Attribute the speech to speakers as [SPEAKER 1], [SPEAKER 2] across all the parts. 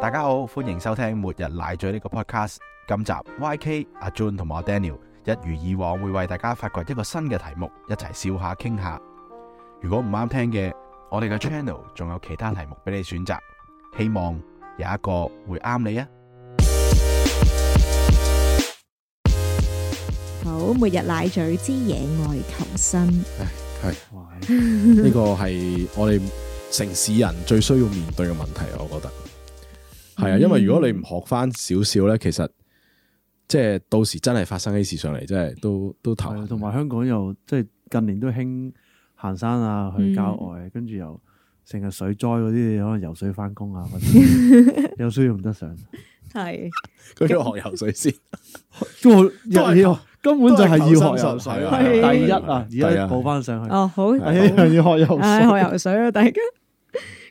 [SPEAKER 1] 大家好，歡迎收聽《末日奶嘴》呢個 podcast。今集 YK 阿 Jun 同埋我 Daniel 一如以往會為大家發掘一個新嘅題目，一齊笑下傾下。如果唔啱聽嘅，我哋嘅 channel 仲有其他題目俾你選擇，希望有一個會啱你啊！
[SPEAKER 2] 好，每日奶嘴之野外求生，
[SPEAKER 3] 呢個係我哋城市人最需要面對嘅問題，我覺得係啊，因為如果你唔學翻少少咧，其實即係到時真係發生起事上嚟，真係都都頭
[SPEAKER 4] 係啊
[SPEAKER 3] 痕。
[SPEAKER 4] 同埋香港又即係近年都興行山啊，
[SPEAKER 2] 嗯
[SPEAKER 4] 去郊外，跟住又成日水災嗰啲，可能游水翻工啊，嗰啲有需要唔得上。
[SPEAKER 2] 係
[SPEAKER 3] 佢要學游水先，
[SPEAKER 4] 咁我又
[SPEAKER 3] 係
[SPEAKER 4] 要根本就係要學游水
[SPEAKER 3] 都
[SPEAKER 4] 啊，
[SPEAKER 3] 係
[SPEAKER 2] 求生
[SPEAKER 4] 第一
[SPEAKER 3] 術
[SPEAKER 4] 啊，而
[SPEAKER 3] 係啊
[SPEAKER 4] 家報翻上去，啊
[SPEAKER 2] 哦，好，
[SPEAKER 4] 第一樣要學游
[SPEAKER 2] 唉，
[SPEAKER 4] 水。
[SPEAKER 2] 學游水啊，大家。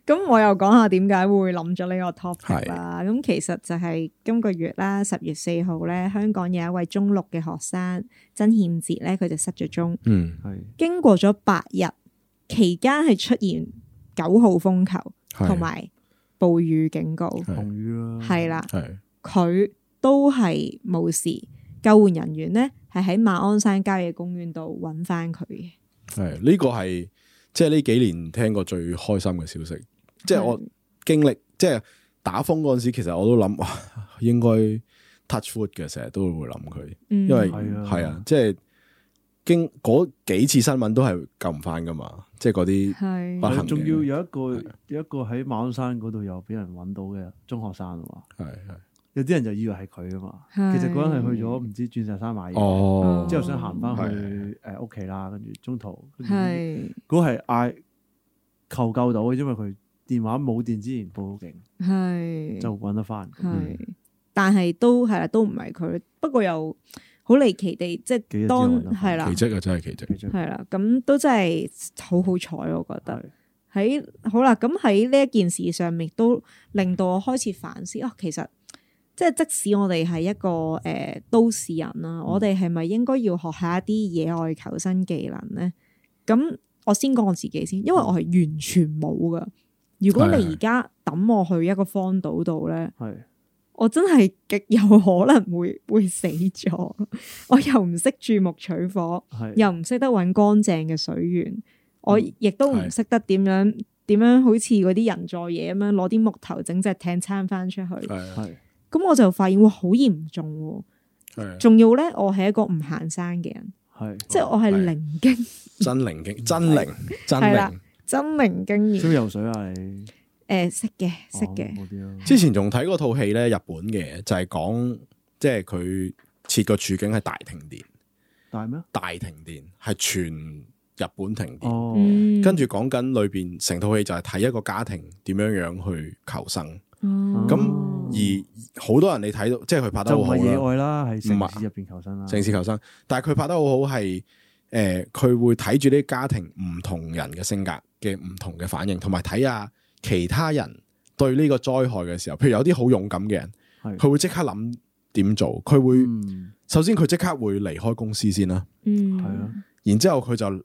[SPEAKER 2] 咁我又講下點解會諗咗呢個 topic 啦。咁其實就係今個月啦，十月四號咧，香港有一位中六嘅學生曾憲哲咧，佢就失咗蹤。
[SPEAKER 3] 嗯，
[SPEAKER 4] 係
[SPEAKER 2] 經過咗八日，期間係出現九號風球
[SPEAKER 3] 係
[SPEAKER 2] 同埋暴雨警告，
[SPEAKER 3] 係
[SPEAKER 4] 紅雨啦，
[SPEAKER 2] 係啦。
[SPEAKER 3] 係
[SPEAKER 2] 佢都係冇事。救援人員呢，係喺馬鞍山郊野公園度揾翻佢嘅。
[SPEAKER 3] 係呢個係即係呢幾年聽過最開心嘅消息，即係我
[SPEAKER 2] 係
[SPEAKER 3] 經歷即係打風嗰陣時，其實我都諗哇，應該 touch wood 嘅，成日都會諗佢。
[SPEAKER 2] 因
[SPEAKER 3] 因為
[SPEAKER 4] 係啊
[SPEAKER 3] 係啊，即係經嗰幾次新聞都係救唔翻噶嘛，即係嗰啲
[SPEAKER 2] 係
[SPEAKER 3] 八
[SPEAKER 4] 係
[SPEAKER 3] 行嘅
[SPEAKER 4] 仲要有一個有一個喺馬鞍山嗰度又俾人揾到嘅中學生啊嘛，
[SPEAKER 3] 係係
[SPEAKER 4] 有啲人就以為係佢啊嘛，
[SPEAKER 2] 係
[SPEAKER 4] 其實嗰人係去咗
[SPEAKER 2] 嗯
[SPEAKER 4] 唔知鑽石山買嘢。
[SPEAKER 3] 哦
[SPEAKER 4] 之後想行翻
[SPEAKER 3] 係
[SPEAKER 4] 去誒屋企啦，跟住中途跟住
[SPEAKER 2] 係
[SPEAKER 4] 嗰係嗌求救到嘅，因為佢電話冇電之前報警
[SPEAKER 2] 係
[SPEAKER 4] 就嗯揾得翻，
[SPEAKER 2] 係，但係都係啦，都唔係佢。不過又好離奇地，即
[SPEAKER 4] 幾
[SPEAKER 2] 係
[SPEAKER 4] 日之
[SPEAKER 2] 當
[SPEAKER 4] 後揾到
[SPEAKER 2] 係啦
[SPEAKER 3] 奇，蹟啊，真係奇蹟，
[SPEAKER 4] 其實
[SPEAKER 2] 係啦，咁都真係好好彩，我覺得。
[SPEAKER 4] 係
[SPEAKER 2] 喺好啦，咁喺呢一件事上面都令到我開始反思啊，其實即係即使我哋係一個誒、呃都市人啦，我哋係咪應該要學下一啲野外求生技能呢？咁我先講我自己先，因為我係完全冇噶。如果你
[SPEAKER 3] 係係
[SPEAKER 2] 而家抌我去一個荒島度呢，
[SPEAKER 4] 係
[SPEAKER 2] 我真係極有可能會會死咗。我又唔識鑽木取火，
[SPEAKER 4] 係
[SPEAKER 2] 又唔識得揾乾淨嘅水源，我亦都唔
[SPEAKER 3] 嗯係
[SPEAKER 2] 識得點樣點樣好似嗰啲人在嘢咁樣攞啲木頭整隻艇撐翻出去。
[SPEAKER 3] 係啊
[SPEAKER 4] 係啊
[SPEAKER 2] 咁我就發現哇，好嚴重喎！
[SPEAKER 3] 係哦
[SPEAKER 2] 仲要咧，我係一個唔行山嘅人，
[SPEAKER 4] 係，
[SPEAKER 2] 即係我係
[SPEAKER 3] 係
[SPEAKER 2] 零經
[SPEAKER 3] 真靈經真靈真
[SPEAKER 2] 係啦
[SPEAKER 3] 靈。
[SPEAKER 2] 真零經
[SPEAKER 4] 識
[SPEAKER 2] 驗。
[SPEAKER 4] 唔識游水啊你？
[SPEAKER 2] 誒識嘅識
[SPEAKER 4] 哦
[SPEAKER 2] 嘅，
[SPEAKER 4] 冇啲咯，
[SPEAKER 3] 之前仲睇過套戲咧，日本嘅就係講即係佢設個處境係大停電，
[SPEAKER 4] 但係咩？
[SPEAKER 3] 大停電係全日本停電。
[SPEAKER 4] 哦，
[SPEAKER 2] 嗯
[SPEAKER 3] 跟住講緊裏邊成套戲就係睇一個家庭點樣樣去求生，
[SPEAKER 2] 哦
[SPEAKER 3] 咁而好多人你睇到即係佢拍得
[SPEAKER 4] 就
[SPEAKER 3] 好
[SPEAKER 4] 唔
[SPEAKER 3] 好
[SPEAKER 4] 係野
[SPEAKER 3] 啦，
[SPEAKER 4] 外啦，係
[SPEAKER 3] 唔係
[SPEAKER 4] 城市入邊求生啦，
[SPEAKER 3] 城市求生，但係佢拍得好好係誒，佢、會睇住啲家庭唔同人嘅性格嘅唔同嘅反應，同埋睇下其他人對呢個災害嘅時候，譬如有啲好勇敢嘅人，
[SPEAKER 4] 係
[SPEAKER 3] 佢會即刻諗點做，佢會、
[SPEAKER 4] 嗯
[SPEAKER 3] 首先佢即刻會離開公司先啦，
[SPEAKER 2] 嗯
[SPEAKER 4] 係啊，
[SPEAKER 3] 然之後佢就誒、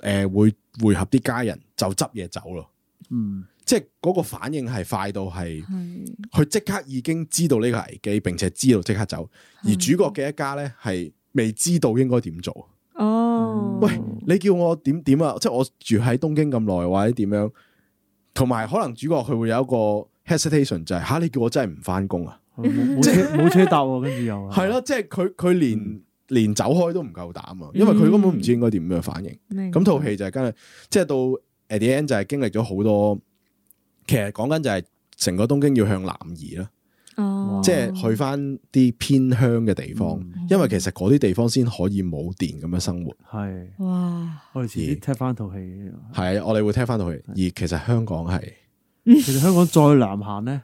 [SPEAKER 3] 呃、會匯合啲家人就執嘢走咯。
[SPEAKER 4] 嗯
[SPEAKER 3] 即係嗰個反應係快到係
[SPEAKER 2] 係
[SPEAKER 3] 佢即刻已經知道呢個危機，並且知道即刻走。
[SPEAKER 4] 嗯
[SPEAKER 3] 而主角嘅一家咧係未知道應該點做。
[SPEAKER 2] 哦，
[SPEAKER 3] 喂，你叫我點點啊？即係我住喺東京咁耐，或者點樣？同埋可能主角佢會有一個 hesitation，就係、吓你叫我真係唔翻工啊？
[SPEAKER 4] 冇哦冇車冇車搭喎，跟住又
[SPEAKER 3] 係咯，即係佢佢連連走開都唔夠膽啊，因為佢根本唔知應該點樣反應。
[SPEAKER 2] 明
[SPEAKER 3] 咁套戲就係跟住，即係到 at the end 就係經歷咗好多，其實講緊就係成個東京要向南移啦，
[SPEAKER 2] 哦，
[SPEAKER 3] 即係去翻啲偏鄉嘅地方，
[SPEAKER 4] 嗯
[SPEAKER 3] 因為其實嗰啲地方先可以冇電咁樣生活。
[SPEAKER 4] 係
[SPEAKER 2] 哇，
[SPEAKER 4] 我哋遲啲踢翻套戲。
[SPEAKER 3] 係，啊我哋會聽翻到去，而其實香港係
[SPEAKER 4] 其實香港再南行咧，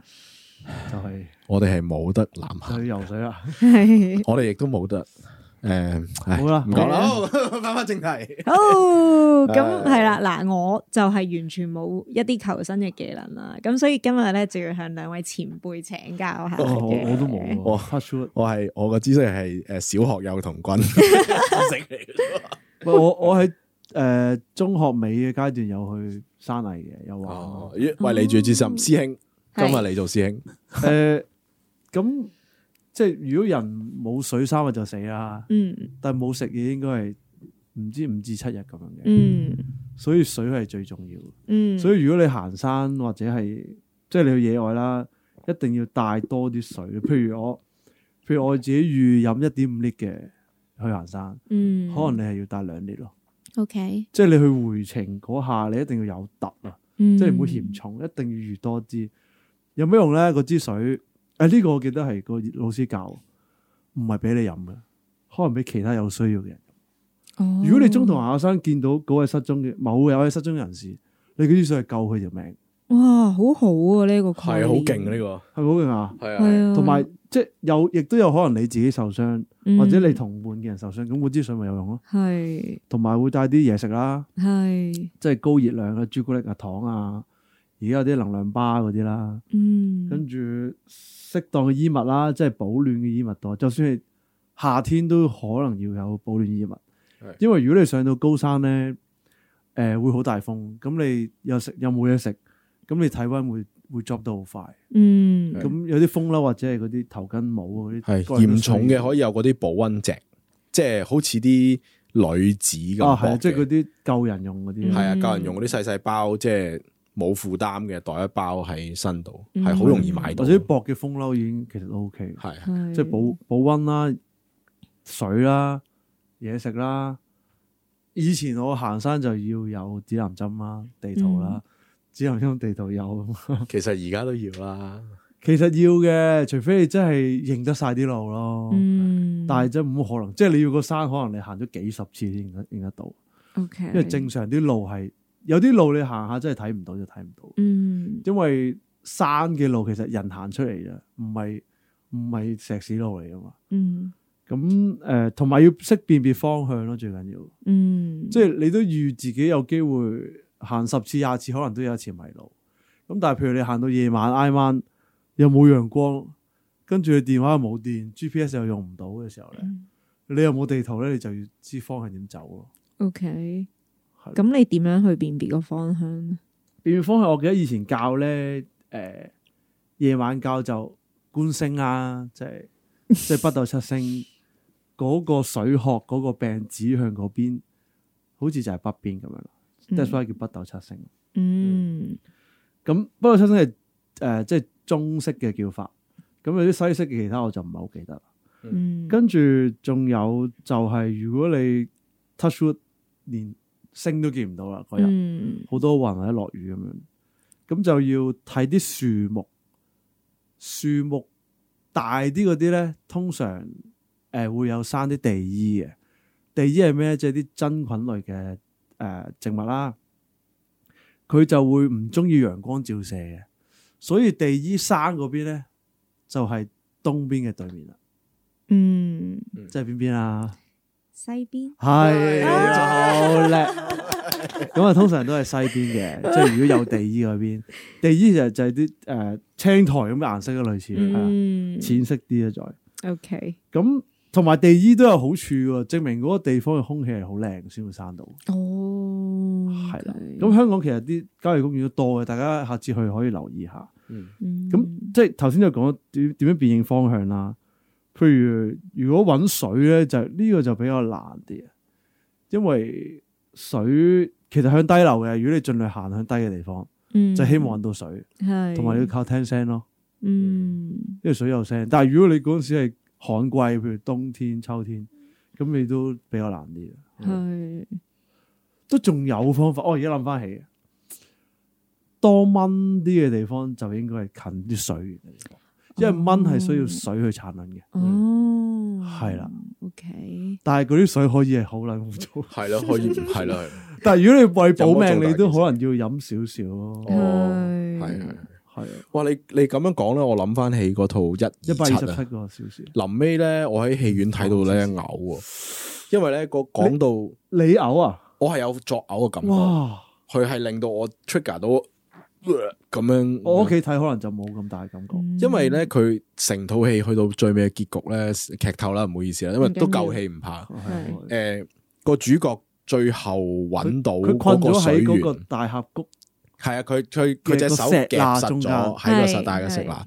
[SPEAKER 4] 就係、
[SPEAKER 3] 我哋係冇得南
[SPEAKER 4] 就
[SPEAKER 3] 下，
[SPEAKER 4] 去游水啦。
[SPEAKER 2] 係
[SPEAKER 3] 我哋亦都冇得誒，唉
[SPEAKER 4] 好啦啊
[SPEAKER 3] 唔講啦，
[SPEAKER 4] 好
[SPEAKER 3] 好翻翻正題。
[SPEAKER 2] 哦，咁
[SPEAKER 3] 誒
[SPEAKER 2] 係啦，嗱，我就係完全冇一啲求生嘅技能啦，咁所以今日咧就要向兩位前輩請教下
[SPEAKER 4] 我
[SPEAKER 2] 嘅
[SPEAKER 4] 我都冇
[SPEAKER 2] 哦
[SPEAKER 3] 哇
[SPEAKER 4] 喎，touch wood
[SPEAKER 3] 我係我個知識係誒小學幼童軍知識嚟嘅。
[SPEAKER 4] 喂我我喺誒、呃中學尾嘅階段有去山藝嘅，有玩過。
[SPEAKER 2] 哦
[SPEAKER 3] 哦，
[SPEAKER 4] 嗯
[SPEAKER 3] 咦喂，你最資深師兄，今
[SPEAKER 2] 係
[SPEAKER 3] 日你做師兄，
[SPEAKER 4] 诶，呃咁即係如果人冇水三日就死啦，
[SPEAKER 2] 嗯
[SPEAKER 4] 但係冇食嘢應該係唔知五至七日咁樣嘅，
[SPEAKER 2] ừ, 嗯
[SPEAKER 4] 所以水係最重要。
[SPEAKER 2] 嗯，
[SPEAKER 4] 所以如果你行山或者係即係你去野外啦，一定要帶多啲水。譬如我，譬如我自己預飲一點五 lit 嘅去行山，
[SPEAKER 2] 嗯，
[SPEAKER 4] 可能你係要帶兩 lit 咯。
[SPEAKER 2] ừ. OK，
[SPEAKER 4] 即係你去回程嗰下，你一定要有突啊，
[SPEAKER 2] 即
[SPEAKER 4] 即係唔好嫌重，一定要預多支。有咩用咧？嗰支水，誒、呢、個我記得係個老師教，唔係俾你飲嘅，可能俾其他有需要嘅人。
[SPEAKER 2] 哦。
[SPEAKER 4] 如果你中途行下山見到嗰位失蹤嘅某有位失蹤人士，你嗰支水係救佢條命。
[SPEAKER 2] 哇，好好啊！呢個概
[SPEAKER 3] 係
[SPEAKER 2] 念
[SPEAKER 3] 好勁呢個，
[SPEAKER 4] 係咪好勁啊！
[SPEAKER 3] 係
[SPEAKER 2] 係啊，
[SPEAKER 4] 同埋即係有，亦都有可能你自己受傷，
[SPEAKER 2] 嗯
[SPEAKER 4] 或者你同伴嘅人受傷，咁嗰支水咪有用咯。
[SPEAKER 2] 係
[SPEAKER 4] 同埋會帶啲嘢食啦，
[SPEAKER 2] 係
[SPEAKER 4] 即係高熱量嘅朱古力啊、糖啊，而家有啲能量巴嗰啲啦，
[SPEAKER 2] Ừ. 嗯，
[SPEAKER 4] 跟住適當嘅衣物啦，即係保暖嘅衣物多。就算係夏天都可能要有保暖衣物
[SPEAKER 3] 係，
[SPEAKER 4] 因為如果你上到高山咧，誒、會好大風，咁你又食又冇嘢食，咁你體温會會 drop 得好快。
[SPEAKER 2] Ừ. 嗯
[SPEAKER 3] 係
[SPEAKER 4] 咁有啲風褸或者係嗰啲頭巾帽啊嗰啲，
[SPEAKER 3] 係
[SPEAKER 4] 個人都
[SPEAKER 3] 嚴重
[SPEAKER 4] 需
[SPEAKER 3] 嘅
[SPEAKER 4] 要
[SPEAKER 3] 可以有嗰啲保温席，即係好似啲女子咁
[SPEAKER 4] 啊，係啊
[SPEAKER 3] 薄
[SPEAKER 4] 即係
[SPEAKER 3] 嘅
[SPEAKER 4] 嗰啲救人用嗰啲
[SPEAKER 3] 係
[SPEAKER 4] 啊，
[SPEAKER 3] 啊，
[SPEAKER 2] 嗯
[SPEAKER 3] 教人用嗰啲細細包，即係冇負擔嘅袋一包喺身度，
[SPEAKER 2] 嗯
[SPEAKER 3] 係好容易買到。
[SPEAKER 4] 或者薄嘅風褸已經其實都 OK，
[SPEAKER 3] 係啊
[SPEAKER 2] 係
[SPEAKER 4] 即係保保温啦、水啦、嘢食啦。以前我行山就要有指南針啦、地圖啦，指南針地圖有。
[SPEAKER 3] 其實而家都要啦，
[SPEAKER 4] 其實要嘅，除非你真係認得晒啲路咯。
[SPEAKER 2] Ừ. 嗯，
[SPEAKER 4] 但係真冇可能，即係你要個山，可能你行咗幾十次先認得認得到，
[SPEAKER 2] OK，
[SPEAKER 4] 因為正常啲路係有啲路你行下真係睇唔到就睇唔到。
[SPEAKER 2] 嗯
[SPEAKER 4] 因為山嘅路其實人行出嚟嘅，唔係唔係石屎路嚟噶嘛。
[SPEAKER 2] 嗯
[SPEAKER 4] 咁誒，呃同、埋要識辨別方向咯，最緊要。
[SPEAKER 2] Ừ. 嗯，
[SPEAKER 4] 即係你都預自己有機會行十次、廿次，可能都有一次迷路。咁但係譬如你行到夜晚挨晚，又冇陽光，跟住你電話又冇電，GPS 又用唔到嘅時候咧，
[SPEAKER 2] 嗯
[SPEAKER 4] 你又冇地圖咧，你就要知方向點走咯。
[SPEAKER 2] OK，
[SPEAKER 4] 係
[SPEAKER 2] 咁你點樣去辨別個方向呢？
[SPEAKER 4] 變方向，我記得以前教咧，誒、夜晚教就觀星啦，即係即係北斗七星嗰、個水殼嗰個病指向嗰邊，好似就係北邊咁樣啦。
[SPEAKER 2] 嗯
[SPEAKER 4] That's why 叫北斗七星。
[SPEAKER 2] 嗯
[SPEAKER 4] 咁北斗七星係誒、呃即係中式嘅叫法，咁有啲西式嘅其他我就唔係好記得啦。
[SPEAKER 2] 嗯，
[SPEAKER 4] 跟住仲有就係如果你 touch wood 連星都見唔到啦嗰日。
[SPEAKER 2] 嗯
[SPEAKER 4] 好多雲或者落雨咁樣，咁就要睇啲樹木，樹木大啲嗰啲咧，通常誒、呃、會有生啲地衣嘅。地衣係咩咧？即係啲真菌類嘅誒、呃植物啦，佢就會唔中意陽光照射嘅，所以地衣生嗰邊咧就係、東邊嘅對面啦，
[SPEAKER 2] 嗯
[SPEAKER 4] 即係邊邊啊？
[SPEAKER 2] 西邊
[SPEAKER 4] 係就叻。咁啊，通常都係西邊嘅，即係如果有地衣嗰邊，地衣就就係啲誒青苔咁嘅顏色嘅類似，係啊，
[SPEAKER 2] 嗯
[SPEAKER 4] 淺色啲嘅
[SPEAKER 2] ，OK，
[SPEAKER 4] 再。咁同埋地衣都有好處喎，證明嗰個地方嘅空氣係好靚先會生到。
[SPEAKER 2] 哦，
[SPEAKER 4] 係啦
[SPEAKER 2] OK，，
[SPEAKER 4] 咁香港其實啲郊野公園都多嘅，大家下次去可以留意下。
[SPEAKER 2] 嗯
[SPEAKER 4] 咁即係頭先就講咗點點樣辨認方向啦。譬如如果揾水咧，就呢、個就比較難啲啊，因為水其實向低流嘅。如果你盡量行向低嘅地方，
[SPEAKER 2] 嗯
[SPEAKER 4] 就希望揾到水，
[SPEAKER 2] 係，
[SPEAKER 4] 同埋你要靠聽聲咯，
[SPEAKER 2] 嗯
[SPEAKER 4] 因為水有聲。但係如果你嗰陣時係旱季，譬如冬天、秋天，咁你都比較難啲。啊
[SPEAKER 2] 係。
[SPEAKER 4] 都仲有方法。我哦而家諗翻起，啊多蚊啲嘅地方就應該係近啲水源嘅地方，因為蚊係需要水去產卵嘅。
[SPEAKER 2] 哦，
[SPEAKER 4] 嗯
[SPEAKER 3] 嗯
[SPEAKER 4] 係啦
[SPEAKER 2] ，OK，
[SPEAKER 4] 但係嗰啲水可以係好撚污糟，
[SPEAKER 3] 係咯，可以係咯，係咯
[SPEAKER 4] 但係如果你為保
[SPEAKER 3] 有冇做大
[SPEAKER 4] 命，你都
[SPEAKER 3] 件事
[SPEAKER 4] 可能要飲少少咯。
[SPEAKER 3] 哦，係
[SPEAKER 2] 係
[SPEAKER 3] 係。係
[SPEAKER 4] 係啊，
[SPEAKER 3] 哇！你你咁樣講咧，我諗翻起嗰套一
[SPEAKER 4] 一百二十
[SPEAKER 3] 啊
[SPEAKER 4] 七個小時，
[SPEAKER 3] 臨尾咧，我喺戲院睇到咧嘔喎，因為咧個講到我
[SPEAKER 4] 你嘔啊！
[SPEAKER 3] 係有作嘔嘅感覺，
[SPEAKER 4] 哇！
[SPEAKER 3] 佢係令到我 trigger 到呃咁樣。
[SPEAKER 4] 我屋企睇可能就冇咁大感覺。
[SPEAKER 2] 嗯
[SPEAKER 3] 因為
[SPEAKER 2] 啊
[SPEAKER 3] 咧佢成套戲去到最尾嘅結局咧，劇透啦，唔好意思啦，因為
[SPEAKER 2] 唔緊
[SPEAKER 3] 都
[SPEAKER 2] 要
[SPEAKER 3] 夠戲唔怕。
[SPEAKER 4] 係
[SPEAKER 3] 诶、個主角最後揾到
[SPEAKER 4] 佢困
[SPEAKER 3] 嗰
[SPEAKER 4] 咗
[SPEAKER 3] 個水
[SPEAKER 4] 喺嗰個
[SPEAKER 3] 源，
[SPEAKER 4] 大峽谷
[SPEAKER 3] 系啊，佢佢佢隻
[SPEAKER 4] 個
[SPEAKER 3] 手
[SPEAKER 4] 石
[SPEAKER 3] 夾
[SPEAKER 4] 罅
[SPEAKER 3] 實
[SPEAKER 4] 中間
[SPEAKER 3] 咗喺個
[SPEAKER 2] 係
[SPEAKER 3] 實大嘅石罅
[SPEAKER 2] 係，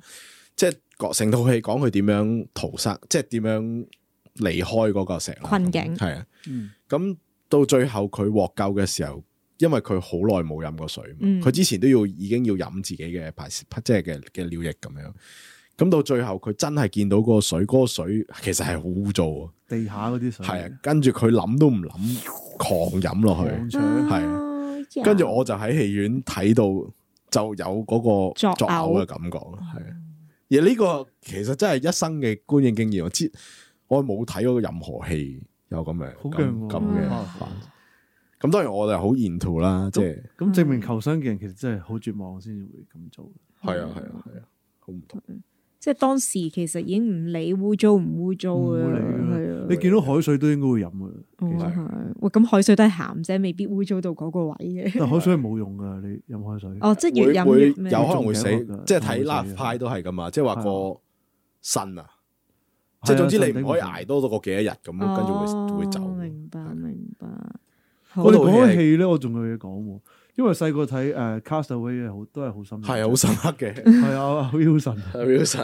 [SPEAKER 3] 即係講成套戲講佢點樣逃生，即係點樣離開嗰個石罅
[SPEAKER 2] 困境
[SPEAKER 3] 係啊，
[SPEAKER 4] 嗯
[SPEAKER 3] 咁到最後佢獲救嘅時候，因為佢好耐冇飲過水嘛，
[SPEAKER 2] 嗯
[SPEAKER 3] 佢、之前都要已經要飲自己嘅排泄即係嘅嘅尿液咁樣。咁到最後佢真係見到嗰個水，嗰、個水其實係好污糟啊，
[SPEAKER 4] 地下嗰啲水
[SPEAKER 3] 係啊，跟住佢諗都唔諗，狂飲落去。
[SPEAKER 4] 狂搶
[SPEAKER 3] 係
[SPEAKER 2] 係
[SPEAKER 3] 跟住我就喺戲院睇到就
[SPEAKER 2] 作
[SPEAKER 3] 有嗰個
[SPEAKER 2] 嘔
[SPEAKER 3] 作嘔嘅感覺，係啊。而呢個其實真係一生嘅觀影經驗，我知我冇睇過任何戲有咁嘅
[SPEAKER 4] 好
[SPEAKER 3] 咁
[SPEAKER 4] 勁喎
[SPEAKER 3] 咁嘅
[SPEAKER 4] 哇
[SPEAKER 3] 反咁當然我哋好 into 啦，即係
[SPEAKER 4] 咁證明求生嘅人其實真係好絕望先至會咁做。
[SPEAKER 3] 係啊係啊係啊，好唔同。
[SPEAKER 2] 即係當時其實已經唔理污糟唔污糟
[SPEAKER 4] 唔
[SPEAKER 2] 嘅
[SPEAKER 4] 會
[SPEAKER 2] 啦，
[SPEAKER 4] 理
[SPEAKER 2] 係啊
[SPEAKER 4] 你見到海水都應該會飲嘅，其
[SPEAKER 2] 哦
[SPEAKER 4] 實
[SPEAKER 2] 係喂，咁海水都係鹹啫，未必污糟到嗰個位嘅。
[SPEAKER 4] 但海水係冇用噶，你飲海水。
[SPEAKER 2] 哦，即係
[SPEAKER 3] 會
[SPEAKER 2] 越飲越
[SPEAKER 3] 會
[SPEAKER 2] 咩
[SPEAKER 3] 有可能會死
[SPEAKER 4] 仲有一個，
[SPEAKER 3] 即係睇
[SPEAKER 4] 仲有一個
[SPEAKER 3] Love 派都係咁啊！即係話個腎啊，
[SPEAKER 4] 係啊
[SPEAKER 3] 即係總之你
[SPEAKER 4] 腎頂
[SPEAKER 3] 唔
[SPEAKER 4] 唔
[SPEAKER 3] 可以
[SPEAKER 4] 順
[SPEAKER 3] 捱多過幾多日咁，跟住
[SPEAKER 2] 哦
[SPEAKER 3] 會會走。
[SPEAKER 2] 明白明白。好
[SPEAKER 4] 我哋
[SPEAKER 3] 嗰度
[SPEAKER 4] 講
[SPEAKER 3] 嘢
[SPEAKER 4] 開戲咧，我仲有嘢講喎，因為細個睇誒 Castaway 嘅好都係好深，
[SPEAKER 3] 係啊好深刻嘅
[SPEAKER 4] 係啊，Wilson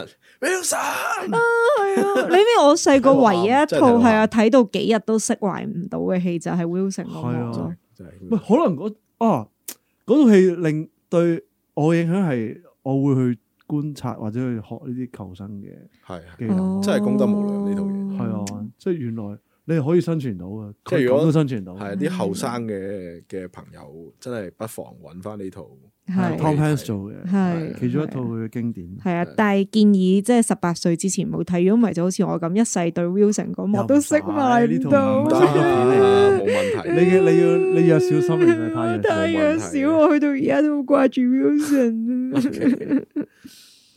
[SPEAKER 2] 係啊
[SPEAKER 3] Wilson，Wilson。
[SPEAKER 2] 你知我細個唯一一
[SPEAKER 3] 真係
[SPEAKER 2] 套
[SPEAKER 3] 睇到
[SPEAKER 2] 係啊
[SPEAKER 3] 喊
[SPEAKER 2] 睇到幾日都釋懷唔到嘅戲就係 Wilson 嗰幕
[SPEAKER 4] 係
[SPEAKER 2] 咯
[SPEAKER 4] 啊。唔係可能嗰啊嗰套戲令對我影響係，我會去觀察或者去學呢啲求生嘅
[SPEAKER 3] 係啊
[SPEAKER 4] 技能，
[SPEAKER 3] 真係功德無量呢套嘢
[SPEAKER 4] 係
[SPEAKER 2] 哦
[SPEAKER 4] 啊，即係原來你係可以生存到嘅，
[SPEAKER 3] 即
[SPEAKER 4] 佢
[SPEAKER 3] 係如果
[SPEAKER 4] 咁都生存到。
[SPEAKER 3] 係啊啲後生嘅嘅朋友，真係不妨揾翻呢套。
[SPEAKER 2] 係
[SPEAKER 4] 啊
[SPEAKER 2] 啊
[SPEAKER 4] Tom
[SPEAKER 3] 係
[SPEAKER 4] Hanks 做嘅，啊
[SPEAKER 2] 係
[SPEAKER 4] 其中一套佢嘅經典。
[SPEAKER 2] 係啊，但係建議即係十八歲之前冇睇，如果唔係就好似我咁一世對 Wilson 嗰幕都釋懷唔
[SPEAKER 4] 又
[SPEAKER 2] 到
[SPEAKER 4] 唔
[SPEAKER 3] 得啊
[SPEAKER 4] 使。
[SPEAKER 3] 冇問
[SPEAKER 4] 你
[SPEAKER 3] 題。
[SPEAKER 4] 嘅你要你要小心，你咪 太
[SPEAKER 2] 太
[SPEAKER 4] 弱。
[SPEAKER 2] 弱小，我去到而家都好掛住 Wilson 啊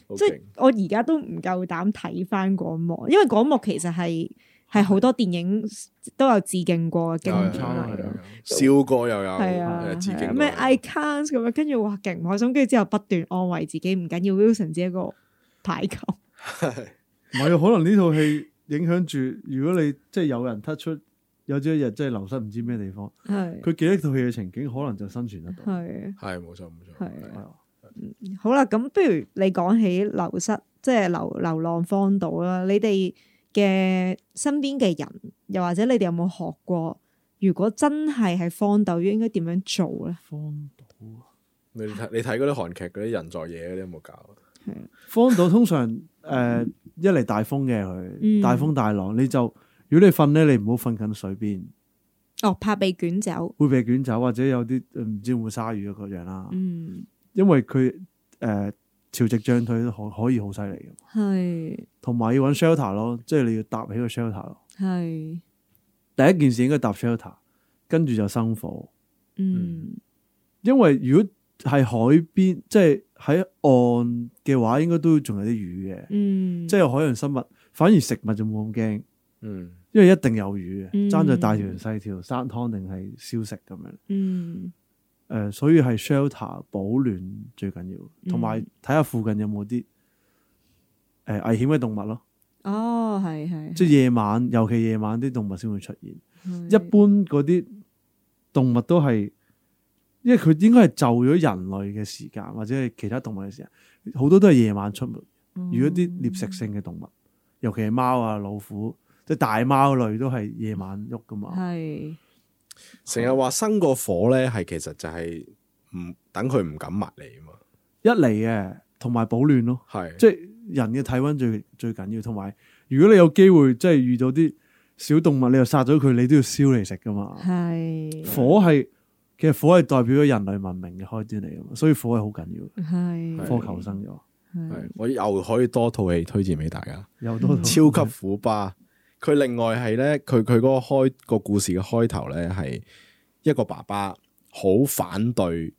[SPEAKER 3] 好
[SPEAKER 2] 即係
[SPEAKER 3] 勁
[SPEAKER 2] 我而家都唔夠膽睇翻嗰幕，因為嗰幕其實係係好多電影都有致敬過嘅經典
[SPEAKER 3] 有有
[SPEAKER 2] 嚟
[SPEAKER 4] 啊
[SPEAKER 3] 有有
[SPEAKER 2] 嘅。
[SPEAKER 3] 笑過又有，
[SPEAKER 2] 啊係啊，
[SPEAKER 3] 誒致
[SPEAKER 2] 係啊
[SPEAKER 3] 敬
[SPEAKER 2] 咩
[SPEAKER 3] 過
[SPEAKER 2] I can't 咁樣，跟住哇勁唔開心，跟住之後不斷安慰自己唔緊要，Wilson 只係一個排球，
[SPEAKER 4] 唔係啊，可能呢套戲影響住，如果你即係有人 touch 出，有朝一日真係流失唔知咩地方，
[SPEAKER 2] 係
[SPEAKER 4] 佢記得套戲嘅情景，可能就生存得到。
[SPEAKER 2] 係啊
[SPEAKER 3] 係冇錯冇錯。
[SPEAKER 2] 係
[SPEAKER 4] 係啊
[SPEAKER 2] 好啦，咁不如你講起流失，即係流流浪荒島啦。你哋嘅身邊嘅人，又或者你哋有冇學過？如果真係喺荒島，應該點樣做咧？
[SPEAKER 4] 荒島，
[SPEAKER 3] 你睇你睇嗰啲韓劇嗰啲人在野嗰啲有冇搞？啊
[SPEAKER 4] 荒島通常誒、呃一嚟大風嘅
[SPEAKER 2] 嗯
[SPEAKER 4] 佢，大風大浪，你就如果你瞓咧，你唔好瞓近水邊，
[SPEAKER 2] 哦，怕被捲走。
[SPEAKER 4] 會被捲走，或者有啲呃唔知會唔會鯊魚啊嗰樣啦，
[SPEAKER 2] 嗯，
[SPEAKER 4] 因為佢誒、呃潮汐漲退都可可以好犀利嘅，
[SPEAKER 2] 係
[SPEAKER 4] 同埋要揾 shelter 咯，即係你要搭起個 shelter 咯。
[SPEAKER 2] 係，
[SPEAKER 4] 第一件事應該搭 shelter，跟住就生火。
[SPEAKER 2] 嗯
[SPEAKER 4] 因為如果係海邊，即係喺岸嘅話，應該都仲有啲魚嘅，
[SPEAKER 2] 嗯，
[SPEAKER 4] 即係有海洋生物。反而食物就冇咁驚，
[SPEAKER 2] 哦
[SPEAKER 3] 嗯，
[SPEAKER 4] 因為一定有魚
[SPEAKER 2] 嗯
[SPEAKER 4] 嘅，爭在大條定細條，生湯定係燒食咁樣。誒、
[SPEAKER 2] 嗯
[SPEAKER 4] 所以係 shelter 保暖最緊要，同埋
[SPEAKER 2] 嗯
[SPEAKER 4] 睇下附近有冇啲誒危險嘅動物咯。
[SPEAKER 2] 哦，係係，
[SPEAKER 4] 即係夜晚，尤其夜晚啲動物先會出現。
[SPEAKER 2] 係
[SPEAKER 4] 一般嗰啲動物都係，因為佢應該係就咗人類嘅時間，或者係其他動物嘅時間，好多都係夜晚出沒。如果啲獵食性嘅動物，尤其係貓啊、老虎，即係大貓類都係夜晚喐噶嘛。
[SPEAKER 2] 係
[SPEAKER 3] 成日話生個火咧，係其實就係唔等佢唔敢埋嚟啊嘛。
[SPEAKER 4] 一嚟嘅，同埋保暖咯，
[SPEAKER 3] 係
[SPEAKER 4] 即係人嘅體溫最最緊要，同埋如果你有機會即係遇到啲小動物，你又殺咗佢，你都要燒嚟食噶嘛。
[SPEAKER 2] 係
[SPEAKER 4] 火係其實火係代表咗人類文明嘅開端嚟噶嘛，所以火係好緊要嘅。
[SPEAKER 2] 係
[SPEAKER 4] 火求生咗，
[SPEAKER 3] 係，我又可以多套戲推薦俾大家。
[SPEAKER 4] 有
[SPEAKER 2] 嗯
[SPEAKER 4] 多套
[SPEAKER 3] 超級虎巴。佢另外係咧，佢佢嗰個開個故事嘅開頭咧，係一個爸爸好反對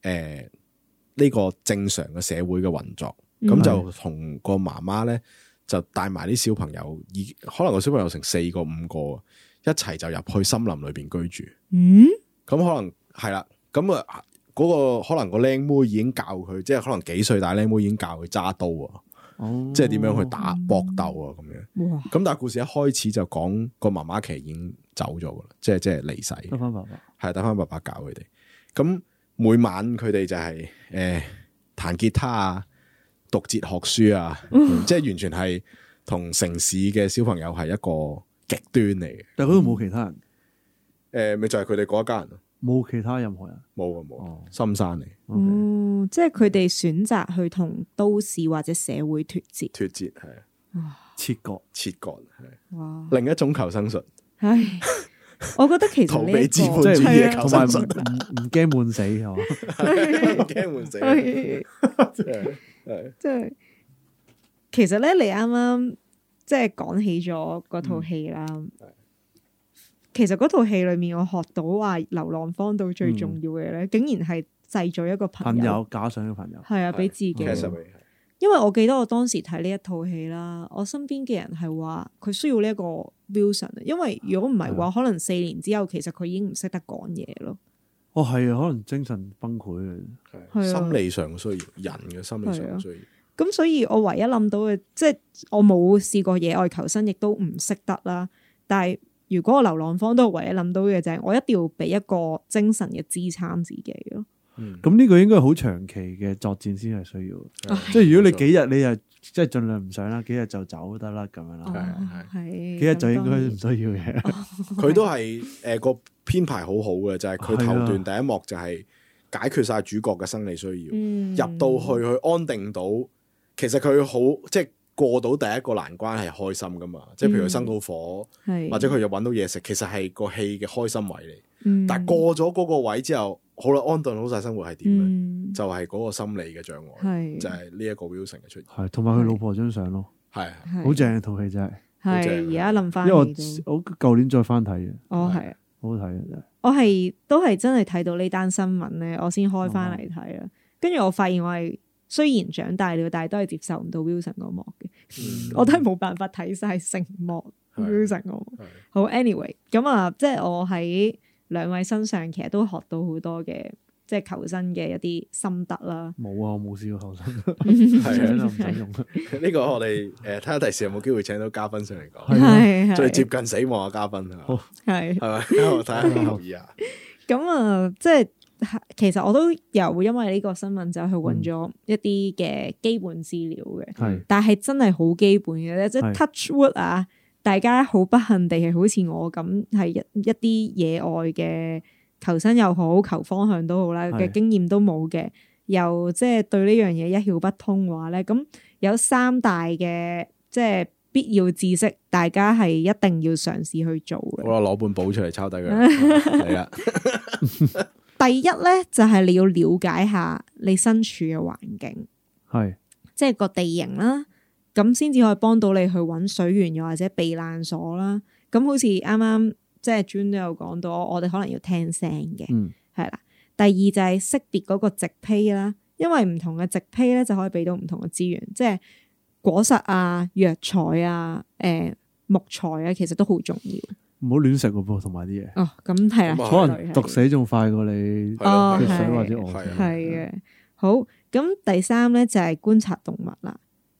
[SPEAKER 3] 誒呢個正常嘅社會嘅運作，咁、
[SPEAKER 2] 嗯
[SPEAKER 3] 就同個媽媽咧就帶埋啲小朋友，已可能個小朋友成四個五個一齊就入去森林裏邊居住。
[SPEAKER 2] 嗯
[SPEAKER 3] 咁可能係啦，咁啊嗰個可能個靚妹已經教佢，即係可能幾歲大靚妹已經教佢揸刀啊，
[SPEAKER 4] 哦
[SPEAKER 3] 即係點樣去打搏鬥啊咁樣。
[SPEAKER 2] 哇
[SPEAKER 3] 咁但係故事一開始就講個媽媽
[SPEAKER 4] 嗯
[SPEAKER 3] 其實已經走咗噶啦，即係即係離世，啊
[SPEAKER 4] 得翻爸爸，
[SPEAKER 3] 係得翻爸爸教佢哋。咁每每晚佢哋就係诶弹吉他啊，讀哲學書啊，即係完全係同城市嘅小朋友係一個極端嚟嘅。
[SPEAKER 4] 但係嗰度冇其他人，
[SPEAKER 3] 诶、咪就係佢哋嗰一家人咯，
[SPEAKER 4] 冇其他任何人。
[SPEAKER 3] 冇啊冇啊，
[SPEAKER 4] 哦
[SPEAKER 3] 深山嚟
[SPEAKER 4] ，OK，
[SPEAKER 2] 哦，即係佢哋選擇去同都市或者社會脱節。
[SPEAKER 3] 脱節係啊
[SPEAKER 4] 切割
[SPEAKER 3] 切割係
[SPEAKER 2] 哇！
[SPEAKER 3] 另一種求生術，
[SPEAKER 2] 唉，我覺得其實
[SPEAKER 3] 逃
[SPEAKER 2] 呢
[SPEAKER 3] 避資
[SPEAKER 2] 一
[SPEAKER 3] 本
[SPEAKER 2] 個
[SPEAKER 3] 主
[SPEAKER 4] 即
[SPEAKER 3] 義
[SPEAKER 4] 係
[SPEAKER 3] 嘅
[SPEAKER 2] 係啊
[SPEAKER 3] 求
[SPEAKER 4] 同
[SPEAKER 3] 生
[SPEAKER 4] 埋
[SPEAKER 3] 術
[SPEAKER 4] 唔，唔唔驚悶死係 嘛？
[SPEAKER 3] 唔驚換死人，
[SPEAKER 2] 係
[SPEAKER 3] 係係
[SPEAKER 2] 即係其實咧，你啱啱即係講起咗嗰套戲啦。
[SPEAKER 3] 嗯
[SPEAKER 2] 其實嗰套戲裏面，我學到話流浪荒島
[SPEAKER 3] 嗯
[SPEAKER 2] 最重要嘅咧，竟然係製造一個朋
[SPEAKER 4] 朋
[SPEAKER 2] 友，
[SPEAKER 4] 友假想嘅朋友，
[SPEAKER 2] 係啊，俾自己。
[SPEAKER 3] ，catch up 你
[SPEAKER 2] 因為我記得我當時睇呢一套戲啦，我身邊嘅人係話佢需要呢一個 Wilson，因啊為如果唔係嘅
[SPEAKER 3] 啊
[SPEAKER 2] 話，可能四年之後其實佢已經唔識得講嘢咯。
[SPEAKER 4] 哦係啊，可能精神崩潰嘅。
[SPEAKER 2] 係
[SPEAKER 3] 係
[SPEAKER 2] 啊
[SPEAKER 3] 心理上嘅需要，人嘅心理上嘅需要。
[SPEAKER 2] 咁所以我唯一諗到嘅，即係我冇試過野外求生，亦都唔識得啦。但係如果我流浪方都唯一諗到嘅就係，我一定要俾一個精神嘅支撐自己咯。
[SPEAKER 3] 嗯
[SPEAKER 4] 咁呢個應該係好長期嘅作戰先係需要
[SPEAKER 2] 啊
[SPEAKER 4] 嘅，
[SPEAKER 3] 係
[SPEAKER 4] 哦即係如果你幾日你就即係盡量唔想啦，幾日就走得啦咁樣
[SPEAKER 2] 哦
[SPEAKER 4] 啦，
[SPEAKER 3] 係
[SPEAKER 2] 係
[SPEAKER 4] 幾日就應
[SPEAKER 2] 應
[SPEAKER 4] 該唔需要 嘅。
[SPEAKER 3] 佢都係诶個編排好好嘅，就係佢
[SPEAKER 4] 啊
[SPEAKER 3] 頭段第一幕就係解決晒主角嘅生理需要，
[SPEAKER 2] 嗯
[SPEAKER 3] 入到去佢安定到，其實佢好即係過到第一個難關係開心噶嘛，即係譬如佢生到火，
[SPEAKER 2] 係
[SPEAKER 3] 或者佢又揾到嘢食，其實係個戲嘅開心位嚟。
[SPEAKER 2] 嗯
[SPEAKER 3] 但係過咗嗰個位之後，好啦，安頓好晒生活係點咧？
[SPEAKER 2] 嗯
[SPEAKER 3] 就係嗰個心理嘅障礙，
[SPEAKER 2] 係
[SPEAKER 3] 就係呢一個 Wilson 嘅出現，
[SPEAKER 4] 係，同埋佢老婆張相咯，
[SPEAKER 3] 係啊
[SPEAKER 2] 係
[SPEAKER 4] 好正套戲真係。
[SPEAKER 3] 好
[SPEAKER 2] 係
[SPEAKER 3] 正啊
[SPEAKER 2] 而家諗
[SPEAKER 4] 因
[SPEAKER 2] 翻
[SPEAKER 4] 為
[SPEAKER 2] 起
[SPEAKER 4] 我
[SPEAKER 2] 都，
[SPEAKER 4] 我舊年再翻睇嘅，
[SPEAKER 2] 哦係啊。
[SPEAKER 4] 好好睇嘅真係。
[SPEAKER 2] 我係都係真係睇到呢單新聞咧，我先開翻嚟睇啦。跟住我發現我係雖然長大了，但係都係接受唔到 Wilson 嗰幕嘅，
[SPEAKER 3] 嗯
[SPEAKER 2] 我都係冇辦法睇晒成幕
[SPEAKER 3] 係
[SPEAKER 2] Wilson 嗰幕。
[SPEAKER 3] 係
[SPEAKER 2] 好，anyway，咁啊，即係我喺兩位身上其實都學到好多嘅，即係求生嘅一啲心得啦。
[SPEAKER 4] 冇啊，我冇試過 後生，
[SPEAKER 3] 係
[SPEAKER 4] 相都唔使用。
[SPEAKER 3] 呢個我哋誒睇下第時有冇機會請到嘉賓上嚟講，
[SPEAKER 2] 係 係
[SPEAKER 3] 啊最接近死亡嘅嘉賓啊，
[SPEAKER 2] 係
[SPEAKER 3] 係咪？我睇下有冇留意啊，
[SPEAKER 2] 咁啊，即係其實我都有因為呢個新聞就去揾咗一啲嘅基本資料嘅。
[SPEAKER 4] 係
[SPEAKER 2] 但係真係好基本嘅啫，即係
[SPEAKER 4] 係
[SPEAKER 2] touch wood 啊！大家好不幸地係好似我咁，係一一啲野外嘅求生又好，求方向都好啦，
[SPEAKER 4] 係
[SPEAKER 2] 嘅經驗都冇嘅，又即係對呢樣嘢一竅不通嘅話咧，咁有三大嘅即係必要知識，大家係一定要嘗試去做嘅。
[SPEAKER 3] 我攞本簿出嚟 抄低佢，係啦，
[SPEAKER 2] 第一咧就係、你要了解下你身處嘅環境。
[SPEAKER 4] 係
[SPEAKER 2] 即係個地形啦，咁先至可以幫到你去揾水源又或者避難所啦。咁好似啱啱即係 Jun 都有講到，我哋可能要聽聲嘅，
[SPEAKER 4] 嗯
[SPEAKER 2] 係啦、第二就係識別嗰個植胚啦，因為唔同嘅植胚咧就可以俾到唔同嘅資源，即係果實啊、藥材啊、誒、木材啊，其實都好重要。
[SPEAKER 4] 唔好亂食個噃，同埋啲嘢
[SPEAKER 2] 哦，咁係啦，
[SPEAKER 3] 咁啊
[SPEAKER 4] 可
[SPEAKER 2] 絕對
[SPEAKER 4] 能
[SPEAKER 2] 係
[SPEAKER 4] 毒死仲快過你
[SPEAKER 3] 係咯
[SPEAKER 2] 哦
[SPEAKER 4] 血
[SPEAKER 3] 係
[SPEAKER 4] 水
[SPEAKER 3] 咯
[SPEAKER 4] 或者我
[SPEAKER 3] 係啊
[SPEAKER 2] 係嘅，好。咁第三咧就係觀察動物啦。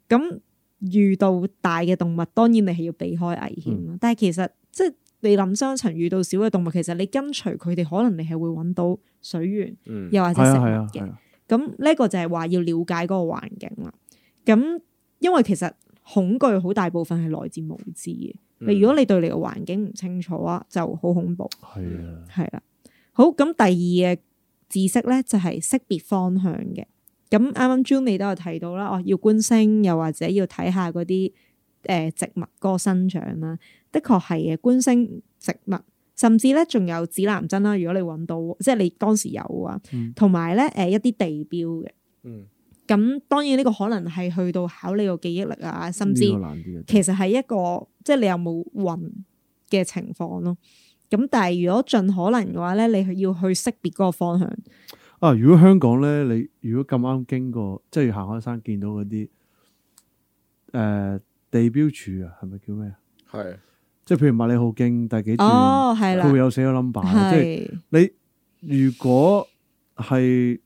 [SPEAKER 2] 咁遇到大嘅動物，當然你係要避開危險
[SPEAKER 4] 嗯
[SPEAKER 2] 啦。但係其實即係你諗深層，遇到小嘅動物，其實你跟隨佢哋，可能你係會揾到水源，
[SPEAKER 3] 嗯，
[SPEAKER 2] 又或者
[SPEAKER 4] 係
[SPEAKER 2] 食
[SPEAKER 4] 啊
[SPEAKER 2] 物
[SPEAKER 4] 係啊
[SPEAKER 2] 嘅
[SPEAKER 4] 係。啊，
[SPEAKER 2] 咁呢個就係話要了解嗰個環境啦。咁因為其實恐懼好大部分係來自無知嘅。
[SPEAKER 4] 嗯
[SPEAKER 3] 嗯
[SPEAKER 2] 你如果你對你嘅環境唔清楚啊，就好恐怖。
[SPEAKER 4] 係啊，
[SPEAKER 2] 係啦，好咁第二嘅知識咧就係識別方向嘅。咁啱啱 June 你都有提到啦，哦要觀星，又或者要睇下嗰啲誒植物個生長啦，的確係嘅觀星植物，甚至咧仲有指南針啦。如果你揾到，即係你當時有啊
[SPEAKER 4] 嗯，
[SPEAKER 2] 同埋咧誒一啲地標嘅。
[SPEAKER 3] 嗯
[SPEAKER 2] 咁當然呢個可能係去到考你個記憶力啊，甚至
[SPEAKER 4] 呢個難啲嘅。
[SPEAKER 2] 其實係一個即係你有冇運嘅情況咯。咁但係如果盡可能嘅話咧，你要去識別嗰個方向。
[SPEAKER 4] 啊，如果香港咧，你如果咁啱經過，即係行開山見到嗰啲誒地標柱啊，係咪叫咩啊？
[SPEAKER 3] 係
[SPEAKER 4] 即係譬如麥理浩徑第幾段，
[SPEAKER 2] 哦，係
[SPEAKER 4] 佢會
[SPEAKER 2] 啦，
[SPEAKER 4] 有寫個 number，即
[SPEAKER 2] 係
[SPEAKER 4] 係你如果係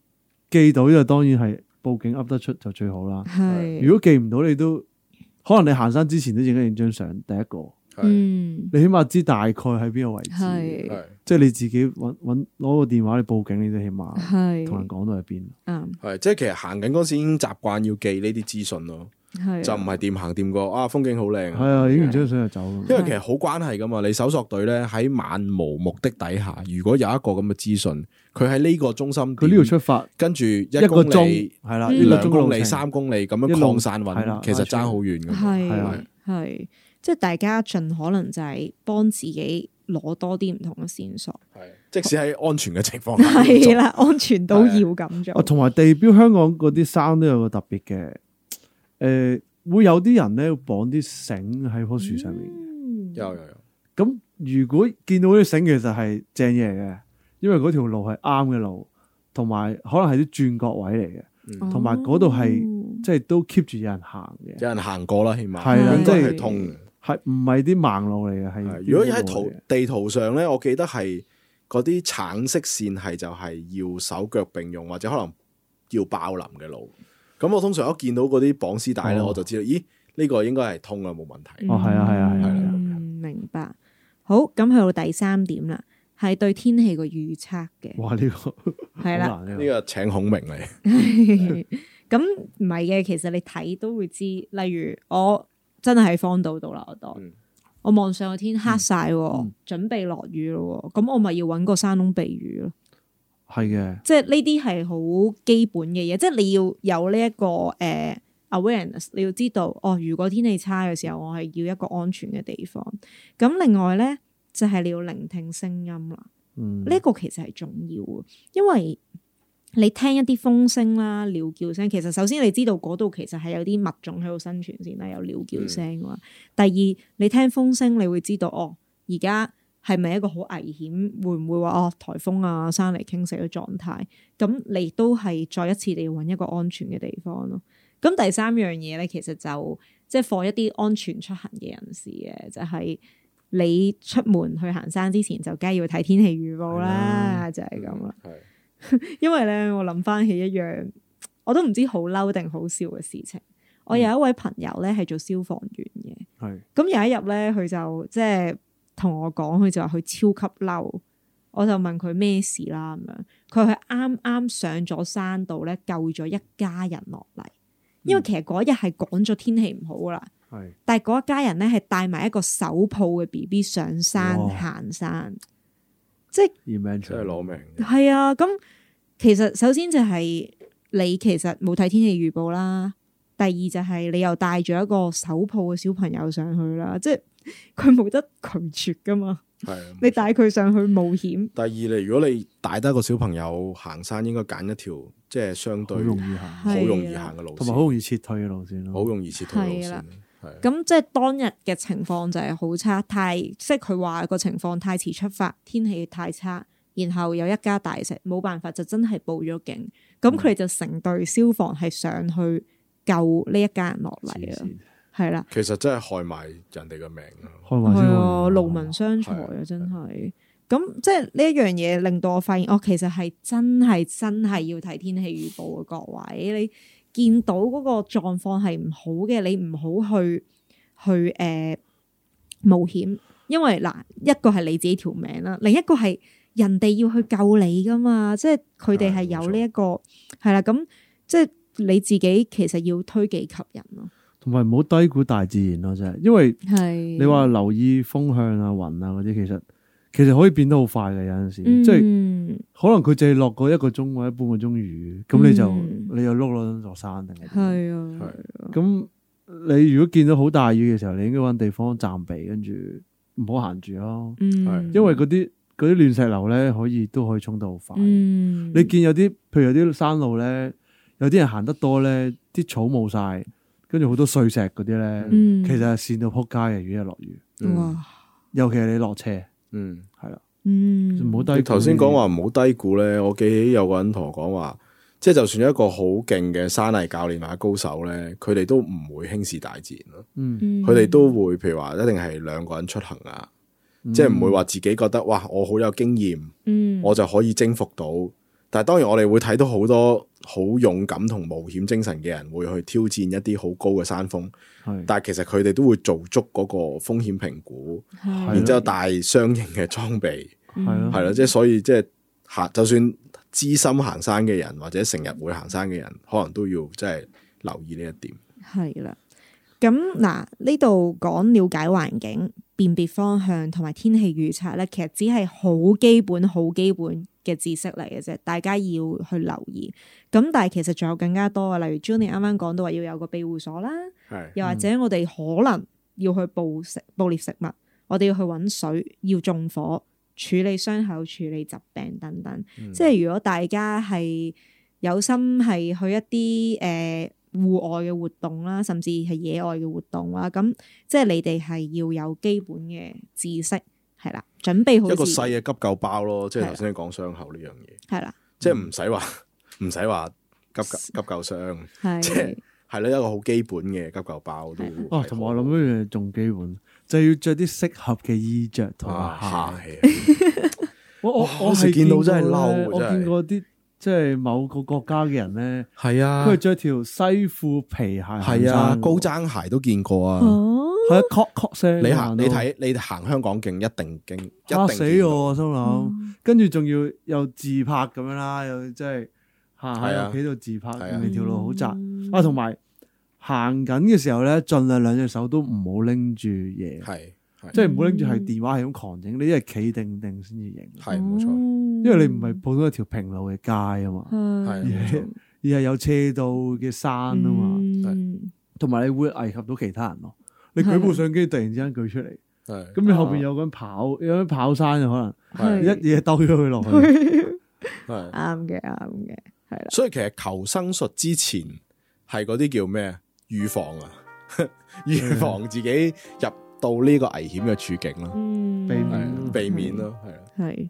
[SPEAKER 4] 記到就當然係報警噏得出就最好啦。
[SPEAKER 2] 係。
[SPEAKER 4] 如果記唔到，你都可能你行山之前都影一影張相，第一個
[SPEAKER 3] 係
[SPEAKER 2] 嗯，
[SPEAKER 4] 你起碼知大概喺邊個位置，
[SPEAKER 2] 係
[SPEAKER 3] 係
[SPEAKER 4] 即係你自己揾揾攞個電話你報警，你都起碼同
[SPEAKER 2] 係
[SPEAKER 4] 人
[SPEAKER 2] 嗯
[SPEAKER 4] 講到喺邊。
[SPEAKER 2] 啱，
[SPEAKER 3] 係，即係其實行緊嗰時已經習慣要記呢啲資訊咯，
[SPEAKER 2] 係啊
[SPEAKER 3] 就唔係掂行掂過啊風景好靚
[SPEAKER 4] 係
[SPEAKER 3] 啊，
[SPEAKER 4] 啊，影完張相就走咁。
[SPEAKER 3] 因為其實好關係噶嘛。你搜索隊咧喺漫無目的底下，如果有一個咁嘅資訊，佢喺呢個中心
[SPEAKER 4] 佢
[SPEAKER 3] 點，
[SPEAKER 4] 呢度出發
[SPEAKER 3] 跟住一
[SPEAKER 4] 一個
[SPEAKER 3] 公
[SPEAKER 4] 鐘
[SPEAKER 3] 里、
[SPEAKER 4] 係啦，
[SPEAKER 2] 嗯
[SPEAKER 4] 一個
[SPEAKER 3] 兩
[SPEAKER 4] 鐘路
[SPEAKER 3] 公
[SPEAKER 4] 程
[SPEAKER 3] 里、三公里咁樣
[SPEAKER 4] 一路
[SPEAKER 3] 擴散
[SPEAKER 4] 係啦
[SPEAKER 3] 揾，其實爭好遠㗎嘛。
[SPEAKER 4] 係啊
[SPEAKER 2] 係係，即係大家盡可能就係幫自己攞多啲唔同嘅線索，
[SPEAKER 3] 係即使喺安全嘅情況下，
[SPEAKER 2] 係啦，安全都要咁
[SPEAKER 4] 啊，
[SPEAKER 2] 做，
[SPEAKER 4] 同埋地標香港嗰啲山都有個特別嘅，誒、會有啲人咧綁啲繩喺棵樹上面。
[SPEAKER 2] 嗯
[SPEAKER 3] 有有有，
[SPEAKER 4] 咁、如果見到嗰啲繩，其實係正嘢嚟嘅，因為嗰條路係啱嘅路，同埋可能係啲轉角位嚟嘅，
[SPEAKER 3] 嗯
[SPEAKER 4] 同埋嗰度係
[SPEAKER 2] 哦
[SPEAKER 4] 即係都 keep 住有人行嘅，
[SPEAKER 3] 有人行過啦，起碼
[SPEAKER 4] 係
[SPEAKER 2] 啦
[SPEAKER 3] 應
[SPEAKER 2] 即
[SPEAKER 3] 該
[SPEAKER 2] 係
[SPEAKER 3] 係通嘅。
[SPEAKER 4] 係唔係啲盲路嚟嘅？係
[SPEAKER 3] 係
[SPEAKER 4] 啲
[SPEAKER 3] 如果喺
[SPEAKER 4] 路嚟
[SPEAKER 3] 圖
[SPEAKER 4] 嘅
[SPEAKER 3] 地圖上咧，我記得係嗰啲橙色線係就係要手腳並用，或者可能要爆林嘅路。咁我通常一見到嗰啲綁絲帶咧，
[SPEAKER 4] 哦
[SPEAKER 3] 我就知道，咦呢、個應該係通啦，冇問題。
[SPEAKER 4] 哦係啊係啊係啊
[SPEAKER 3] 係啊
[SPEAKER 2] 嗯明白。好，咁去到第三點啦，係對天氣個預測嘅，
[SPEAKER 4] 哇呢、個
[SPEAKER 2] 係啦。
[SPEAKER 4] 好難呢個
[SPEAKER 3] 呢個請孔明嚟，
[SPEAKER 2] 咁唔係嘅，其實你睇都會知。例如我真係喺荒島度啦，我當、
[SPEAKER 3] 嗯
[SPEAKER 2] 我望上個天黑晒，
[SPEAKER 4] 嗯
[SPEAKER 2] 喎，準備落雨咯喎，咁我咪要揾個山窿避雨咯。
[SPEAKER 4] 係嘅，
[SPEAKER 2] 即係呢啲係好基本嘅嘢，即係你要有呢、一個誒、呃 awareness，你要知道哦。如果天氣差嘅時候，我係要一個安全嘅地方。咁另外咧，就係、你要聆聽聲音啦。
[SPEAKER 4] 嗯，
[SPEAKER 2] 呢、個其實係重要嘅，因為你聽一啲風聲啦、鳥叫聲，其實首先你知道嗰度其實係有啲物種喺度生存先啦，有鳥叫聲嘅話。第二，你聽風聲，你會知道哦，而家係咪一個好危險，會唔會話哦颱風啊、山泥傾瀉嘅狀態？咁你都係再一次你要揾一個安全嘅地方咯。咁第三樣嘢咧，其實就即係放一啲安全出行嘅人士嘅，就係、你出門去行山之前，就梗係要睇天氣預報啦，就係咁啦。
[SPEAKER 3] 係啊
[SPEAKER 2] 因為咧，我諗翻起一樣，我都唔知好嬲定好笑嘅事情。我有一位朋友咧係做消防員嘅，
[SPEAKER 4] 係
[SPEAKER 2] 咁有一日咧，佢就即係同我講，佢就話佢超級嬲，我就問佢咩事啦咁樣，佢係啱啱上咗山度咧救咗一家人落嚟，因為其實嗰日係講咗天氣唔好㗎啦。
[SPEAKER 4] 係
[SPEAKER 2] 但係嗰一家人咧係帶埋一個手抱嘅 B B 上山
[SPEAKER 4] 哇
[SPEAKER 2] 行山，
[SPEAKER 3] 真係
[SPEAKER 4] invention
[SPEAKER 3] 攞命 嘅。
[SPEAKER 2] 係啊，咁其實首先就係你其實冇睇天氣預報啦，第二就係你又帶咗一個手抱嘅小朋友上去啦，即係佢冇得拒絕噶嘛，
[SPEAKER 3] 係啊
[SPEAKER 2] 你帶佢上去冒險，
[SPEAKER 3] 第二你如果你帶得個小朋友行山，應該揀一條即係相對
[SPEAKER 4] 好容易行，
[SPEAKER 2] 係
[SPEAKER 3] 好容啊易行嘅路
[SPEAKER 4] 同埋好
[SPEAKER 3] 線，
[SPEAKER 4] 容易撤退啊嘅路線咯，
[SPEAKER 3] 好容易切到路
[SPEAKER 2] 係
[SPEAKER 3] 線
[SPEAKER 2] 啦。
[SPEAKER 3] 係啊
[SPEAKER 2] 咁即係當日嘅情況就係好差，太即係佢話個情況太遲出發，天氣太差，然後有一家大石，冇辦法就真係報咗警。咁佢哋就成隊消防係上去救呢一家人落
[SPEAKER 4] 黐
[SPEAKER 2] 嚟啊，
[SPEAKER 4] 線
[SPEAKER 2] 係啦，
[SPEAKER 3] 其實真係害埋人哋嘅命啊！
[SPEAKER 4] 開玩笑
[SPEAKER 2] 係
[SPEAKER 4] 喎
[SPEAKER 2] 啊，勞民傷財啊，真係。咁即係呢一樣嘢令到我發現，哦，其實係真係真係要睇天氣預報嘅各位，你見到嗰個狀況係唔好嘅，你唔好去去誒、呃冒險，因為嗱，一個係你自己條命啦，另一個係人哋要去救你噶嘛，即係佢哋係啊有
[SPEAKER 3] 係冇錯
[SPEAKER 2] 呢、一個係啦，咁即係你自己其實要推己及人咯，
[SPEAKER 4] 同埋唔好低估大自然咯，真係，因為
[SPEAKER 2] 係啊
[SPEAKER 4] 你話留意風向啊、雲啊嗰啲，其實其實可以變得好快嘅，有陣時，
[SPEAKER 2] 嗯
[SPEAKER 4] 即係
[SPEAKER 2] 係
[SPEAKER 4] 可能佢淨係落過一個鐘或者半個鐘雨，咁你就、
[SPEAKER 2] 嗯
[SPEAKER 4] 你就碌落座山定係點
[SPEAKER 2] 係啊。
[SPEAKER 4] 咁你如果見到好大雨嘅時候，你應該揾地方暫避，跟住唔好行住咯，
[SPEAKER 2] 嗯，
[SPEAKER 4] 因為嗰啲嗰啲亂石流咧，可以都可以衝得好快。
[SPEAKER 2] 嗯，
[SPEAKER 4] 你見有啲譬如有啲山路咧，有啲人行得多咧，啲草冇晒，跟住好多碎石嗰啲咧，
[SPEAKER 2] 嗯
[SPEAKER 4] 其實係跣到撲街嘅。如果一落雨，
[SPEAKER 3] 嗯
[SPEAKER 2] 哇，
[SPEAKER 4] 尤其係你落車。
[SPEAKER 3] 嗯。
[SPEAKER 4] 系啦，
[SPEAKER 2] 嗯，
[SPEAKER 4] 唔好低估呢
[SPEAKER 3] 你
[SPEAKER 4] 啲。
[SPEAKER 3] 頭先講話唔好低估咧，我記起有個人同我講話，即係就算一個好勁嘅山泥教練或者高手咧，佢哋都唔會輕視大自然咯。
[SPEAKER 4] 嗯，
[SPEAKER 2] 嗯，
[SPEAKER 3] 佢哋都會譬如話，一定係兩個人出行啊，即係唔
[SPEAKER 4] 嗯
[SPEAKER 3] 會話自己覺得哇，我好有經驗，
[SPEAKER 2] 嗯，
[SPEAKER 3] 我就可以征服到。但係當然我哋會睇到好多好勇敢同冒險精神嘅人會去挑戰一啲好高嘅山峰，
[SPEAKER 4] 嗯係
[SPEAKER 3] 但係其實佢哋都會做足嗰個風險評估，
[SPEAKER 2] 啊
[SPEAKER 4] 係啊嗯
[SPEAKER 3] 然之後帶相應嘅裝備，
[SPEAKER 4] 係咯
[SPEAKER 3] 係啦，即係所以即係行，就算資深行山嘅人或者成日會行山嘅人，可能都要即係留意呢一點。
[SPEAKER 2] 系啦。咁嗱，呢度講了解環境、辨別方向同埋天氣預測咧，其實只係好基本、好基本嘅知識嚟嘅啫，大家要去留意。咁但係其實仲有更加多啊嘅，例如 Junie 啱啱講到話要有個庇護所啦，
[SPEAKER 3] 係
[SPEAKER 2] 又或
[SPEAKER 4] 嗯
[SPEAKER 2] 者我哋可能要去捕食、捕獵食物，我哋要去揾水、要縱火、處理傷口、處理疾病等等。
[SPEAKER 4] 嗯
[SPEAKER 2] 即係如果大家係有心係去一啲誒、呃、戶外嘅活動啦，甚至係野外嘅活動啦，咁即係你哋係要有基本嘅知識係啦，準備好
[SPEAKER 3] 一個
[SPEAKER 2] 自己
[SPEAKER 3] 細嘅急救包
[SPEAKER 4] 啊
[SPEAKER 3] 咯，即
[SPEAKER 2] 係
[SPEAKER 3] 係
[SPEAKER 2] 啦
[SPEAKER 3] 頭先你講傷口呢樣嘢，
[SPEAKER 2] 係啦，
[SPEAKER 3] 即係唔使話
[SPEAKER 4] 嗯
[SPEAKER 3] 唔使話急救急救傷。即
[SPEAKER 2] 係
[SPEAKER 3] 係係咯，一個好基本嘅急救包都
[SPEAKER 2] 係
[SPEAKER 4] 哦，同埋我諗一樣嘢仲基本，就係要着啲適合嘅衣着同
[SPEAKER 3] 啊
[SPEAKER 4] 埋鞋。
[SPEAKER 3] 鞋
[SPEAKER 4] 我我
[SPEAKER 3] 哇
[SPEAKER 4] 我
[SPEAKER 3] 有時
[SPEAKER 4] 係
[SPEAKER 3] 見到真係
[SPEAKER 4] 過呢
[SPEAKER 3] 嬲啊
[SPEAKER 4] 我
[SPEAKER 3] 真係
[SPEAKER 4] 見過啲即係某個國家嘅人咧，
[SPEAKER 3] 係啊
[SPEAKER 4] 佢係着條西褲皮鞋行山喎，
[SPEAKER 3] 係啊，高踭鞋都見過啊！
[SPEAKER 2] 哦，
[SPEAKER 4] 係啊，確確聲。
[SPEAKER 3] 你行
[SPEAKER 4] 到
[SPEAKER 3] 你睇你行香港徑一定經一
[SPEAKER 4] 嚇
[SPEAKER 3] 定
[SPEAKER 4] 死
[SPEAKER 3] 見到
[SPEAKER 4] 我，我心諗。跟住仲要又自拍咁樣啦，又即係行
[SPEAKER 3] 係
[SPEAKER 4] 喺
[SPEAKER 3] 啊
[SPEAKER 4] 屋企度自拍，
[SPEAKER 3] 係啊
[SPEAKER 4] 咁你條路好窄
[SPEAKER 2] 嗯
[SPEAKER 4] 啊，同埋行緊嘅時候咧，盡量兩隻手都唔好拎住嘢，
[SPEAKER 3] 係係
[SPEAKER 4] 即係唔好拎住係電話係咁狂影，你一係企定定先至影，
[SPEAKER 3] 係
[SPEAKER 2] 哦
[SPEAKER 3] 冇錯，
[SPEAKER 4] 因為你唔係普通一條平路嘅街啊嘛，
[SPEAKER 2] 係
[SPEAKER 3] 係冇錯
[SPEAKER 4] 而係有斜道嘅山啊嘛，
[SPEAKER 2] 嗯
[SPEAKER 4] 同埋你會危及到其他人咯。你舉部相機突然之間舉出嚟，
[SPEAKER 3] 係
[SPEAKER 4] 咁你後邊有個人跑，有個人跑山啊就可能
[SPEAKER 3] 係
[SPEAKER 4] 一嘢兜咗佢落去。
[SPEAKER 3] 係
[SPEAKER 2] 啱嘅，啱嘅，係啦，
[SPEAKER 3] 所以其實求生術之前係嗰啲叫咩啊？預防啊， 預防自己入到呢個危險嘅處境咯，
[SPEAKER 2] 嗯
[SPEAKER 4] 避免
[SPEAKER 3] 係避免咯，係啊
[SPEAKER 2] 係，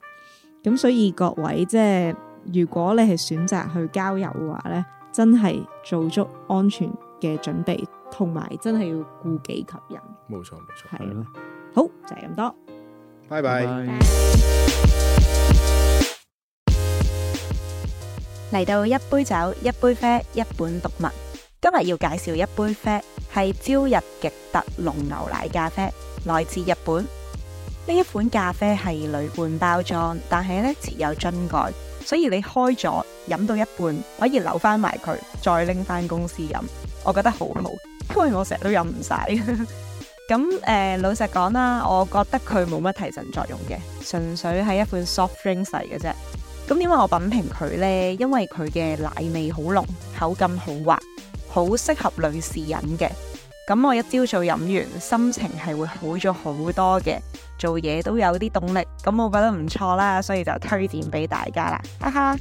[SPEAKER 2] 咁所以各位即係如果你係選擇去郊遊嘅話咧，真係做足安全嘅準備，同埋真係要顧己及人，
[SPEAKER 3] 冇錯冇錯，
[SPEAKER 2] 係啦
[SPEAKER 4] 係咯，
[SPEAKER 2] 好就係咁多。
[SPEAKER 3] 拜
[SPEAKER 4] 拜
[SPEAKER 3] 拜。
[SPEAKER 4] 拜。
[SPEAKER 5] 嚟到一杯酒、一杯啡、一本讀物。今日要介紹一杯啡，係朝日極特濃牛奶咖啡，來自日本。呢一款咖啡係鋁罐包裝，但係咧設有樽蓋，所以你開咗飲到一半，可以留翻埋佢，再拎翻公司飲。我覺得好好，因為我成日都飲唔晒。咁誒、呃老實講啦，我覺得佢冇乜提神作用嘅，純粹係一款 soft drink 嚟嘅啫。咁點解我品評佢呢？因為佢嘅奶味好濃，口感好滑，好適合女士飲嘅。咁我一朝早飲完，心情係會好咗好多嘅，做嘢都有啲動力。咁我覺得唔錯啦，所以就推薦俾大家啦，哈哈。